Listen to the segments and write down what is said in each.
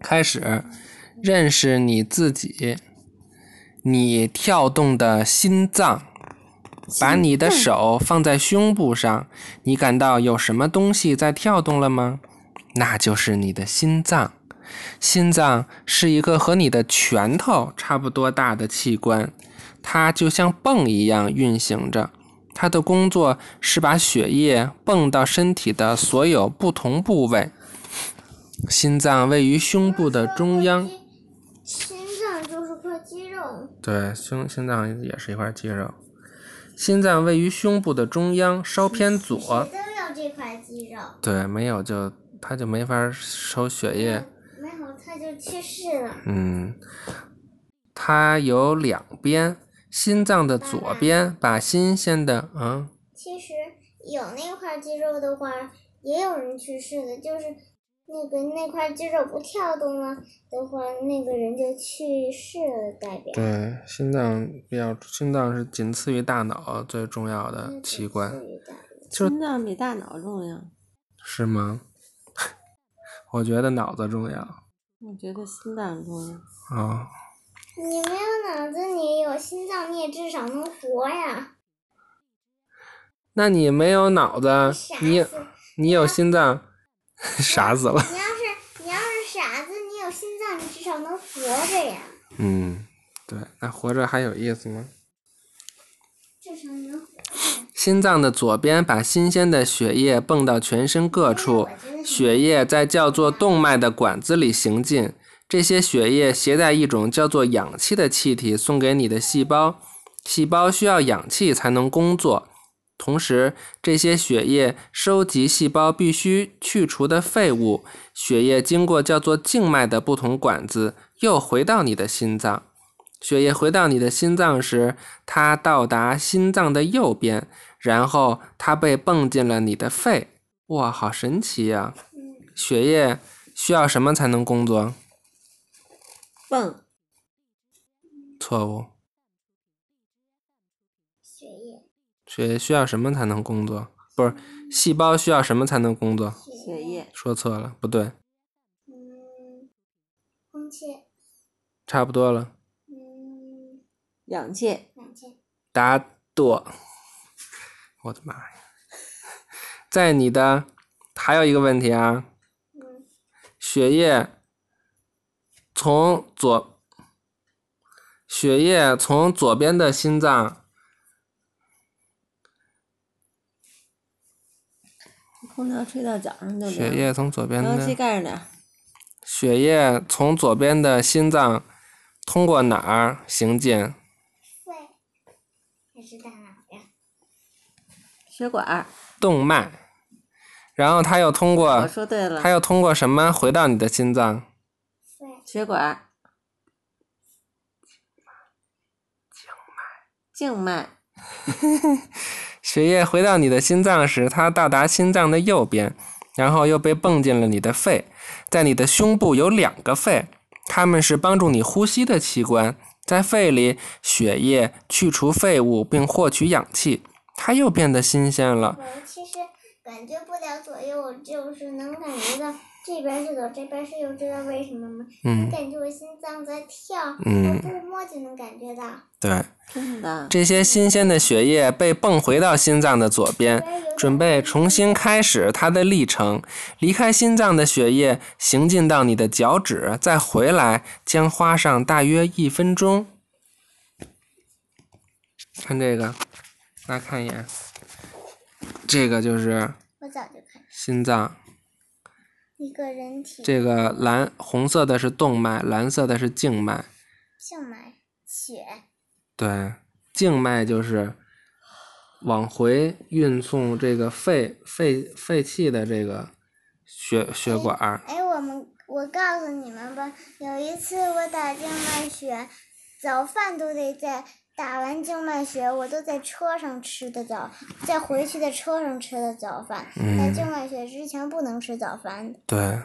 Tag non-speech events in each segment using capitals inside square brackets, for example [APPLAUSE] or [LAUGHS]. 开始认识你自己，你跳动的心脏。把你的手放在胸部上，你感到有什么东西在跳动了吗？那就是你的心脏。心脏是一个和你的拳头差不多大的器官，它就像泵一样运行着。它的工作是把血液泵到身体的所有不同部位。心脏位于胸部的中央。心脏就是块肌肉，对，胸心脏也是一块肌肉。心脏位于胸部的中央，稍偏左谁。都有这块肌肉，对，没有就它就没法收血液。没有他就去世了。嗯，它有两边，心脏的左边把新鲜的，嗯，其实有那块肌肉的话，也有人去世的，就是那个那块肌肉不跳动了的话，那个人就去世了，代表。对，心脏比较，心脏是仅次于大脑最重要的器官，就心脏比大脑重要。是吗？ [LAUGHS] 我觉得脑子重要啊、我觉得心脏重要。哦你没有脑子，你有心脏，你也至少能活呀。那你没有脑子，傻啊你子，你有心脏， [LAUGHS] 傻死了。你要是你要是傻子，你有心脏，你至少能活着呀，嗯，对，那活着还有意思吗？至少能活心脏的左边把新鲜的血液泵到全身各处，血液在叫做动脉的管子里行进。这些血液携带一种叫做氧气的气体送给你的细胞，细胞需要氧气才能工作。同时，这些血液收集细胞必须去除的废物，血液经过叫做静脉的不同管子，又回到你的心脏。血液回到你的心脏时，它到达心脏的右边，然后它被泵进了你的肺。哇，好神奇呀、血液需要什么才能工作？泵错误。血液。血液需要什么才能工作？不是，细胞需要什么才能工作？血液，说错了，不对，嗯，空气，差不多了。嗯，氧气，氧气，答对。我的妈呀！ [LAUGHS] 在你的还有一个问题啊，嗯，血液从左，血液从左边的心脏空调吹到早上就血凉。液从左边然后的膝盖上凉，血液从左边的心脏通过哪儿行进？肺，还是大脑呀？血管儿。动脉，然后它又通我过说对了它，又通过什么回到你的心脏？肺，血管儿。静脉，血液回到你的心脏时，它到达心脏的右边，然后又被泵进了你的肺。在你的胸部有两个肺，它们是帮助你呼吸的器官。在肺里，血液去除废物并获取氧气，它又变得新鲜了。我其实感觉不了左右，我就是能感觉到这边是左，这边是右，知道为什么吗？嗯我感觉我心脏在跳，嗯我不摸就能感觉到。对，真的。这些新鲜的血液被泵回到心脏的左边，呃准备重新开始它的历程。离开心脏的血液行进到你的脚趾，再回来将花上大约一分钟。看这个，大家看一眼，这个就是我早就看心脏，一个人体这个蓝红色的是动脉，蓝色的是静脉。静脉血，对，静脉就是往回运送这个废废废气的这个血血管儿。哎，我们我告诉你们吧，有一次我打静脉血，早饭都得在打完静脉血，我都在车上吃的早，在回去的车上吃的早饭。嗯在静脉血之前不能吃早饭的。对，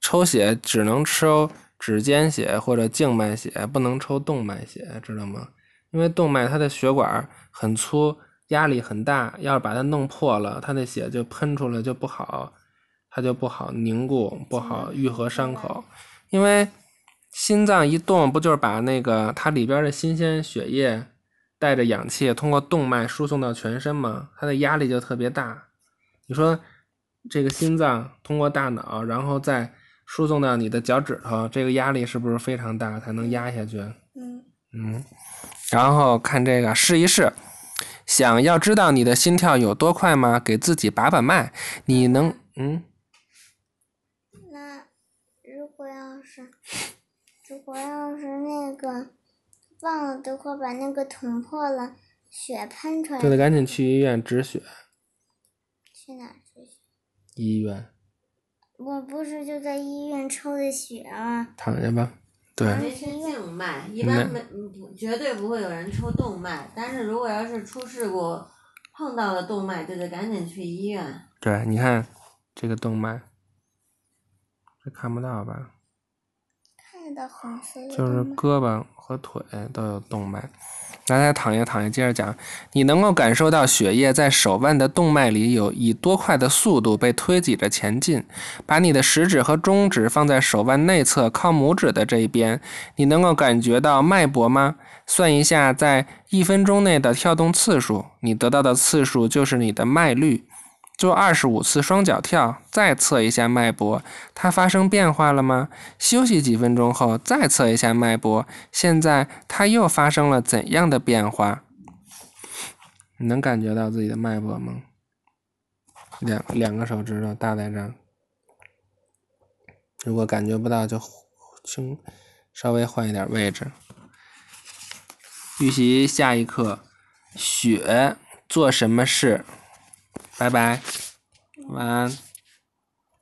抽血只能抽指尖血或者静脉血，不能抽动脉血，知道吗？因为动脉它的血管儿很粗，压力很大，要是把它弄破了，它的血就喷出来就不好，它就不好凝固，不好愈合伤口。因为心脏一动，不就是把那个它里边的新鲜血液带着氧气，通过动脉输送到全身吗？它的压力就特别大。你说这个心脏通过大脑，然后再输送到你的脚趾头，这个压力是不是非常大才能压下去？嗯，嗯，然后看这个试一试。想要知道你的心跳有多快吗？给自己把把脉，你能嗯，那如果要是，如果要是那个忘了等会儿把那个捅破了，血喷出来就得赶紧去医院止血。去哪儿去？医院我不是就在医院抽的血吗？躺下吧。对，这是静脉，一般没嗯不绝对不会有人抽动脉，但是如果要是出事故碰到了动脉，就得赶紧去医院。对，你看这个动脉，这看不到吧？看得到红色的就是灯吗？胳膊和腿都有动脉。来，来躺下，躺下，接着讲。你能够感受到血液在手腕的动脉里有以多快的速度被推挤着前进。把你的食指和中指放在手腕内侧靠拇指的这一边，你能够感觉到脉搏吗？算一下，在一分钟内的跳动次数，你得到的次数就是你的脉率。做二十五次双脚跳，再测一下脉搏，它发生变化了吗？休息几分钟后再测一下脉搏，现在它又发生了怎样的变化？你能感觉到自己的脉搏吗？两两个手指头搭在这儿，如果感觉不到就轻稍微换一点位置。预习下一课，雪做什么事？拜拜，晚安。